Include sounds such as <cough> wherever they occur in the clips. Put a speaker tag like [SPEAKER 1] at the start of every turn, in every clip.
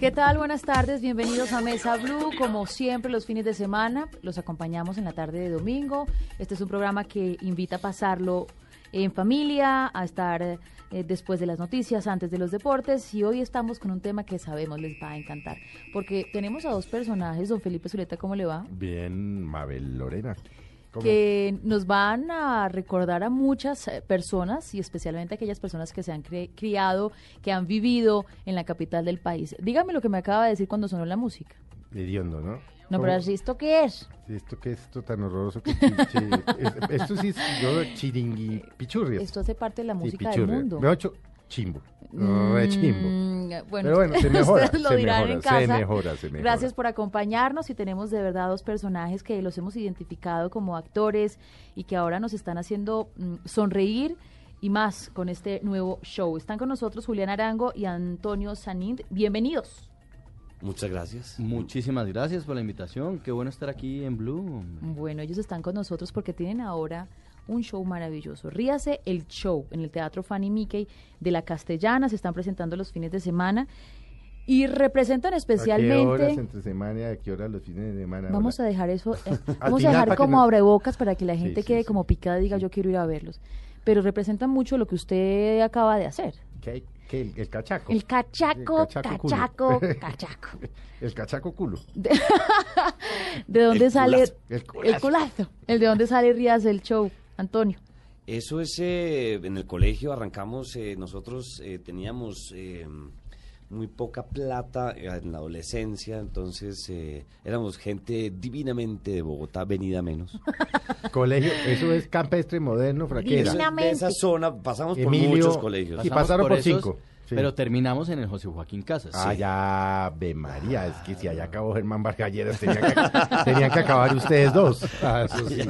[SPEAKER 1] ¿Qué tal? Buenas tardes, bienvenidos a Mesa Blue. Como siempre, los fines de semana los acompañamos en la tarde de domingo. Este es un programa que invita a pasarlo en familia, a estar eh, después de las noticias, antes de los deportes. Y hoy estamos con un tema que sabemos les va a encantar, porque tenemos a dos personajes. Don Felipe Zuleta, ¿cómo le va?
[SPEAKER 2] Bien, Mabel Lorena. ¿Cómo?
[SPEAKER 1] que nos van a recordar a muchas eh, personas y especialmente a aquellas personas que se han cre- criado, que han vivido en la capital del país. Dígame lo que me acaba de decir cuando sonó la música.
[SPEAKER 2] Hediondo, ¿no?
[SPEAKER 1] No,
[SPEAKER 2] ¿Cómo?
[SPEAKER 1] pero ¿esto qué es?
[SPEAKER 2] Esto que es esto tan horroroso que piche- <laughs> es- Esto sí es yo chiringui pichurria.
[SPEAKER 1] Eh, Esto hace parte de la
[SPEAKER 2] Sí,
[SPEAKER 1] música del
[SPEAKER 2] pichurria.
[SPEAKER 1] mundo.
[SPEAKER 2] Me ha hecho chimbo. Re chimbo.
[SPEAKER 1] Mm, bueno,
[SPEAKER 2] Pero bueno,
[SPEAKER 1] <laughs>
[SPEAKER 2] se mejora,
[SPEAKER 1] ustedes lo
[SPEAKER 2] se
[SPEAKER 1] dirán
[SPEAKER 2] mejora,
[SPEAKER 1] en
[SPEAKER 2] se
[SPEAKER 1] casa.
[SPEAKER 2] mejora, se mejora.
[SPEAKER 1] Gracias por acompañarnos y tenemos de verdad dos personajes que los hemos identificado como actores y que ahora nos están haciendo mm, sonreír y más con este nuevo show. Están con nosotros Julián Arango y Antonio Sanind. Bienvenidos.
[SPEAKER 3] Muchas gracias.
[SPEAKER 4] Muchísimas gracias por la invitación. Qué bueno estar aquí en Blue. hombre.
[SPEAKER 1] Bueno, ellos están con nosotros porque tienen ahora un show maravilloso. Ríase el show en el Teatro Fanny Mickey de la Castellana. Se están presentando los fines de semana y representan
[SPEAKER 2] ¿A
[SPEAKER 1] especialmente...
[SPEAKER 2] qué horas entre semana y a qué horas los fines de semana?
[SPEAKER 1] Vamos a
[SPEAKER 2] Hola.
[SPEAKER 1] dejar
[SPEAKER 2] <laughs>
[SPEAKER 1] eso, eh, vamos a
[SPEAKER 2] Atinar
[SPEAKER 1] dejar
[SPEAKER 2] para que
[SPEAKER 1] como
[SPEAKER 2] no-
[SPEAKER 1] abrebocas para que la
[SPEAKER 2] Sí,
[SPEAKER 1] gente
[SPEAKER 2] sí,
[SPEAKER 1] quede
[SPEAKER 2] sí.
[SPEAKER 1] como picada y diga yo quiero ir a verlos. Pero representa mucho lo que usted acaba de hacer.
[SPEAKER 2] ¿Qué, qué, el, el cachaco.
[SPEAKER 1] El cachaco,
[SPEAKER 2] El cachaco <laughs>
[SPEAKER 1] cachaco,
[SPEAKER 2] culo.
[SPEAKER 1] cachaco.
[SPEAKER 2] <laughs> El cachaco culo.
[SPEAKER 1] ¿De dónde sale
[SPEAKER 3] culazo,
[SPEAKER 2] el
[SPEAKER 1] el
[SPEAKER 2] culazo.
[SPEAKER 1] culazo? ¿El de dónde sale Rías el show, Antonio?
[SPEAKER 3] Eso es, eh, en el colegio arrancamos, eh, nosotros eh, teníamos eh, muy poca plata eh, en la adolescencia, entonces eh, éramos gente divinamente de Bogotá,
[SPEAKER 2] <laughs>
[SPEAKER 3] venida menos.
[SPEAKER 2] Colegio, eso es campestre moderno,
[SPEAKER 3] Eso
[SPEAKER 2] fraquera.
[SPEAKER 3] es de esa zona pasamos
[SPEAKER 2] Emilio-
[SPEAKER 3] por muchos colegios.
[SPEAKER 2] Y
[SPEAKER 3] <laughs>
[SPEAKER 4] Pasamos
[SPEAKER 2] pasaron por
[SPEAKER 4] esos,
[SPEAKER 2] cinco, sí.
[SPEAKER 4] Pero terminamos en el José Joaquín Casas.
[SPEAKER 2] Ah,
[SPEAKER 4] Sí.
[SPEAKER 2] ya, Ave María, es que si
[SPEAKER 3] Ah.
[SPEAKER 2] allá acabó Germán Vargalleras, tenían que, tenían que acabar ustedes dos. Ah, eso sí.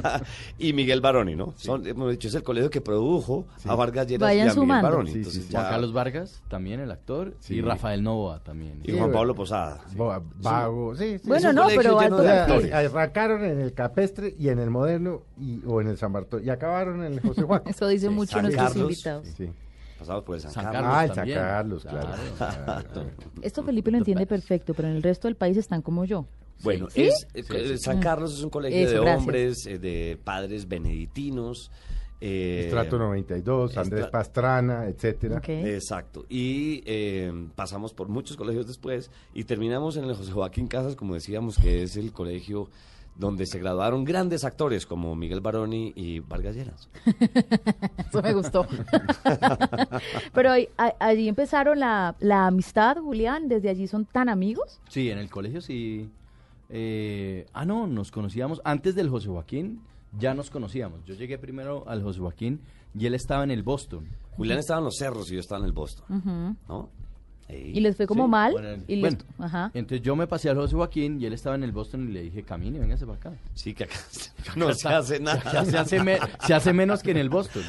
[SPEAKER 3] y Miguel Baroni, ¿no? Son, hemos dicho, es el colegio que produjo a Vargas Lleras
[SPEAKER 1] Vayan
[SPEAKER 3] y a Miguel
[SPEAKER 1] sumando.
[SPEAKER 3] Baroni.
[SPEAKER 2] Sí, sí,
[SPEAKER 3] entonces
[SPEAKER 2] sí.
[SPEAKER 3] ya-
[SPEAKER 4] Juan Carlos Vargas, también el actor.
[SPEAKER 2] Sí.
[SPEAKER 4] Y Rafael Novoa también.
[SPEAKER 3] y Juan Pablo Posada.
[SPEAKER 2] Bo- Vago, sí, sí.
[SPEAKER 1] Bueno,
[SPEAKER 2] sí.
[SPEAKER 1] no,
[SPEAKER 3] colegio
[SPEAKER 1] pero alto
[SPEAKER 3] lleno
[SPEAKER 2] O
[SPEAKER 3] de
[SPEAKER 2] sea,
[SPEAKER 1] perfil.
[SPEAKER 3] actores.
[SPEAKER 2] arrancaron en el Capestre y en el Moderno y, o en el San Bartolo y acabaron en el José Juan.
[SPEAKER 1] <laughs> Eso dice
[SPEAKER 3] Sí,
[SPEAKER 1] mucho
[SPEAKER 3] San
[SPEAKER 1] nuestros
[SPEAKER 3] Carlos.
[SPEAKER 1] invitados.
[SPEAKER 2] Sí.
[SPEAKER 3] Pasamos por el San,
[SPEAKER 4] San
[SPEAKER 3] Carlos.
[SPEAKER 4] Carlos.
[SPEAKER 2] Ah, el
[SPEAKER 4] también.
[SPEAKER 2] sacarlos, claro. Ah,
[SPEAKER 4] Claro.
[SPEAKER 2] claro.
[SPEAKER 1] Esto Felipe lo entiende perfecto, pero en el resto del país están como yo.
[SPEAKER 3] Bueno,
[SPEAKER 1] ¿Sí?
[SPEAKER 3] es, eh, eh, San Carlos es un colegio
[SPEAKER 1] Eso,
[SPEAKER 3] de
[SPEAKER 1] gracias.
[SPEAKER 3] hombres, eh, de padres benedictinos. eh,
[SPEAKER 2] Estrato 92, Andrés
[SPEAKER 3] Estra-
[SPEAKER 2] Pastrana, etcétera.
[SPEAKER 1] Ok.
[SPEAKER 3] Exacto. Y eh, pasamos por muchos colegios después y terminamos en el José Joaquín Casas, como decíamos, que es el colegio donde se graduaron grandes actores como Miguel Baroni y Vargas Lleras.
[SPEAKER 1] Eso me
[SPEAKER 3] <laughs>
[SPEAKER 1] gustó. <laughs> Pero ahí- a- allí empezaron la, la amistad, Julián. Desde allí son tan amigos.
[SPEAKER 4] Sí, en el colegio sí. Eh, ah, no, nos conocíamos. Antes del José Joaquín ya nos conocíamos. Yo llegué primero al José Joaquín y él estaba en el Boston.
[SPEAKER 3] Julián estaba en los cerros y yo estaba en el Boston. ¿No? Ahí.
[SPEAKER 1] Y les fue como
[SPEAKER 4] Sí,
[SPEAKER 1] mal.
[SPEAKER 4] bueno, el-
[SPEAKER 1] y les-
[SPEAKER 4] bueno,
[SPEAKER 1] ajá.
[SPEAKER 4] Entonces yo me pasé al José Joaquín y él estaba en el Boston y le dije, camine, véngase para acá.
[SPEAKER 3] Sí, que acá <laughs> no se hace nada.
[SPEAKER 4] Ya se hace, me- se hace menos que en el Boston.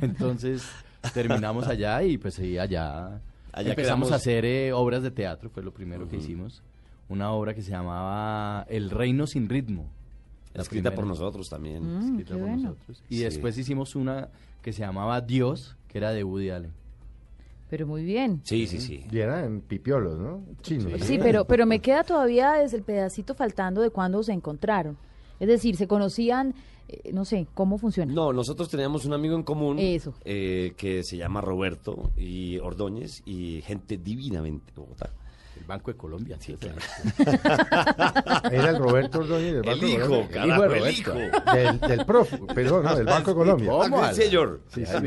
[SPEAKER 4] Entonces terminamos allá y pues sí, allá,
[SPEAKER 3] Allá
[SPEAKER 4] empezamos
[SPEAKER 3] quedamos.
[SPEAKER 4] a hacer eh, obras de teatro, fue lo primero que hicimos. Una obra que se llamaba El Reino sin Ritmo. La
[SPEAKER 3] Escrita
[SPEAKER 4] primera,
[SPEAKER 3] por nosotros también.
[SPEAKER 4] escrita
[SPEAKER 1] Qué
[SPEAKER 4] por
[SPEAKER 1] bueno.
[SPEAKER 4] nosotros. Y
[SPEAKER 3] Sí.
[SPEAKER 4] después hicimos una que se llamaba Dios, que era de Woody Allen.
[SPEAKER 1] Pero muy bien. Pues
[SPEAKER 3] Sí, sí, sí.
[SPEAKER 2] Y eran pipiolos, ¿no? Chinos.
[SPEAKER 1] Sí, pero, pero me queda todavía desde el pedacito faltando de cuando se encontraron. Es decir, se conocían, eh, no sé, cómo funciona.
[SPEAKER 3] No, nosotros teníamos un amigo en común
[SPEAKER 1] Eso.
[SPEAKER 3] eh, que se llama Roberto y Ordóñez y gente divinamente de Bogotá.
[SPEAKER 4] El Banco de Colombia. Sí,
[SPEAKER 2] Era el Roberto Ordóñez del
[SPEAKER 3] El
[SPEAKER 2] Banco
[SPEAKER 3] hijo,
[SPEAKER 2] de Colombia.
[SPEAKER 3] carajo, el
[SPEAKER 2] Roberto.
[SPEAKER 3] hijo.
[SPEAKER 2] Del, del profe, perdón, no, del Banco de Colombia. Ah,
[SPEAKER 3] ¿Cómo? al señor.
[SPEAKER 2] Sí, sí.
[SPEAKER 3] <laughs>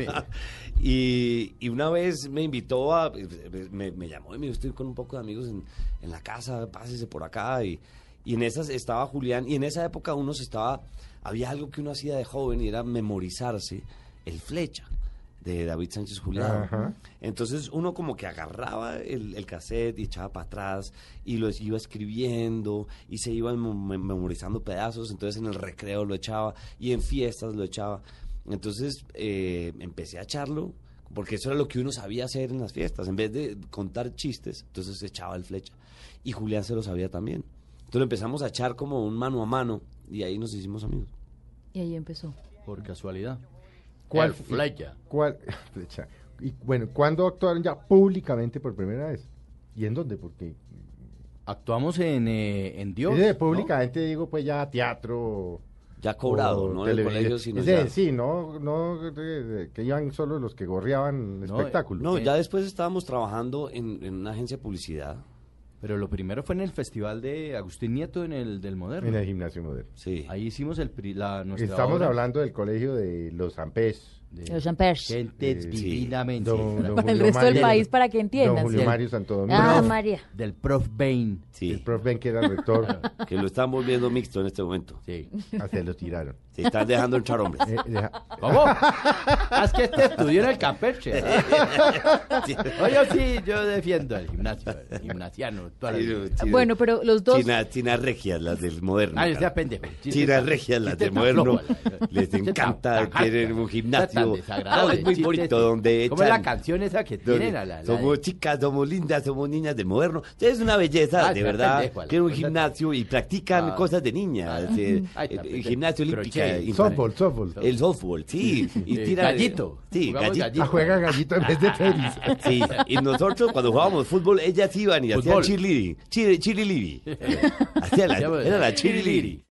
[SPEAKER 3] Y, y una vez me invitó a. Me, me llamó y me dijo: Estoy con un poco de amigos en, en la casa, pásese por acá. Y, y en esas estaba Julián. Y en esa época uno se estaba. Había algo que uno hacía de joven y era memorizarse el flecha de David Sánchez Julián.
[SPEAKER 2] Ajá.
[SPEAKER 3] Entonces uno como que agarraba el, el cassette y echaba para atrás y lo iba escribiendo y se iban mem- memorizando pedazos, entonces en el recreo lo echaba y en fiestas lo echaba. Entonces eh, empecé a echarlo porque eso era lo que uno sabía hacer en las fiestas, en vez de contar chistes, entonces echaba el flecha. Y Julián se lo sabía también. Entonces lo empezamos a echar como un mano a mano y ahí nos hicimos amigos.
[SPEAKER 1] Y ahí empezó.
[SPEAKER 4] Por casualidad.
[SPEAKER 2] ¿Cuál
[SPEAKER 4] El
[SPEAKER 2] fue-
[SPEAKER 4] Flecha.
[SPEAKER 2] ¿Cuál? <laughs> Flecha. Y bueno, ¿cuándo actuaron ya públicamente por primera vez? ¿Y en dónde? Porque
[SPEAKER 4] Actuamos en, eh, en Dios.
[SPEAKER 2] de
[SPEAKER 4] ¿no?
[SPEAKER 2] públicamente digo pues ya teatro.
[SPEAKER 3] Ya cobrado,
[SPEAKER 2] o
[SPEAKER 3] no del
[SPEAKER 2] televisión.
[SPEAKER 3] colegio, sino
[SPEAKER 2] Es de-
[SPEAKER 3] ya-
[SPEAKER 2] Sí, no, no de- de- que iban solo los que gorreaban el
[SPEAKER 4] No,
[SPEAKER 2] espectáculo.
[SPEAKER 3] No,
[SPEAKER 4] Eh.
[SPEAKER 3] ya después estábamos trabajando en, en una agencia de publicidad.
[SPEAKER 4] Pero lo primero fue en el festival de Agustín Nieto en el del Moderno.
[SPEAKER 2] En el gimnasio moderno.
[SPEAKER 3] Sí.
[SPEAKER 4] Ahí hicimos el pri- la, nuestra
[SPEAKER 2] Estamos
[SPEAKER 4] obra
[SPEAKER 2] hablando del colegio de los Ampés.
[SPEAKER 4] de
[SPEAKER 1] Los Ampers.
[SPEAKER 4] gente
[SPEAKER 2] Eh, Sí.
[SPEAKER 4] divinamente.
[SPEAKER 2] Don- don
[SPEAKER 1] Para <laughs> el
[SPEAKER 2] Julio
[SPEAKER 1] resto del
[SPEAKER 2] Mario-
[SPEAKER 1] país, para que
[SPEAKER 2] Don
[SPEAKER 1] entiendan.
[SPEAKER 2] Julio
[SPEAKER 1] ¿cierto?
[SPEAKER 2] Mario Santo Domingo.
[SPEAKER 1] Ah,
[SPEAKER 2] el
[SPEAKER 1] María.
[SPEAKER 4] Del prof Bain.
[SPEAKER 3] Sí,
[SPEAKER 2] prof Ben, que era el
[SPEAKER 3] <laughs>
[SPEAKER 2] rector,
[SPEAKER 3] que lo están volviendo mixto en este momento.
[SPEAKER 4] Sí.
[SPEAKER 2] hasta lo tiraron.
[SPEAKER 3] Se están dejando echar
[SPEAKER 4] <laughs>
[SPEAKER 3] hombres.
[SPEAKER 2] Eh, deja-
[SPEAKER 1] <laughs>
[SPEAKER 4] ¿Cómo? Haz que este estudió en el Campeche. Oye, sí, yo defiendo el gimnasio, el gimnasiano. toda la vida.
[SPEAKER 1] Bueno, pero los dos-
[SPEAKER 3] China, regias, las del moderno.
[SPEAKER 4] Ay, Ah, sea
[SPEAKER 3] cara.
[SPEAKER 4] pendejo.
[SPEAKER 3] China regias, las del moderno. Les encanta, quieren un gimnasio. Ah, es muy bonito, donde
[SPEAKER 4] Como la
[SPEAKER 3] echan-
[SPEAKER 4] canción esa que
[SPEAKER 3] Entonces,
[SPEAKER 4] tienen a la... la
[SPEAKER 3] somos
[SPEAKER 4] de-
[SPEAKER 3] chicas, somos lindas, somos niñas de moderno. Es una belleza,
[SPEAKER 4] Ay,
[SPEAKER 3] de
[SPEAKER 4] está
[SPEAKER 3] verdad.
[SPEAKER 4] Ah, pendejo, Alan,
[SPEAKER 3] Tienen un
[SPEAKER 4] ponte-
[SPEAKER 3] gimnasio y practican
[SPEAKER 4] Ah.
[SPEAKER 3] cosas de niñas.
[SPEAKER 4] Ah.
[SPEAKER 3] eh,
[SPEAKER 4] Ay,
[SPEAKER 3] el-
[SPEAKER 4] está
[SPEAKER 3] el
[SPEAKER 4] pendejo.
[SPEAKER 3] gimnasio olímpica.
[SPEAKER 4] Crochet,
[SPEAKER 3] infantil.
[SPEAKER 2] softball, softball.
[SPEAKER 3] El softball, sí. Y
[SPEAKER 4] Eh,
[SPEAKER 3] tiran-
[SPEAKER 4] gallito.
[SPEAKER 3] Sí,
[SPEAKER 4] Jugamos
[SPEAKER 3] gallito.
[SPEAKER 4] gallito.
[SPEAKER 2] Ah, juega gallito en vez de tenis.
[SPEAKER 3] Sí, y nosotros cuando jugábamos fútbol, ellas iban y hacían
[SPEAKER 4] Fútbol. <laughs>
[SPEAKER 3] cheerleading. Cheer, cheerleading. Hacían la-
[SPEAKER 4] Hacíamos-
[SPEAKER 3] era la cheerleading.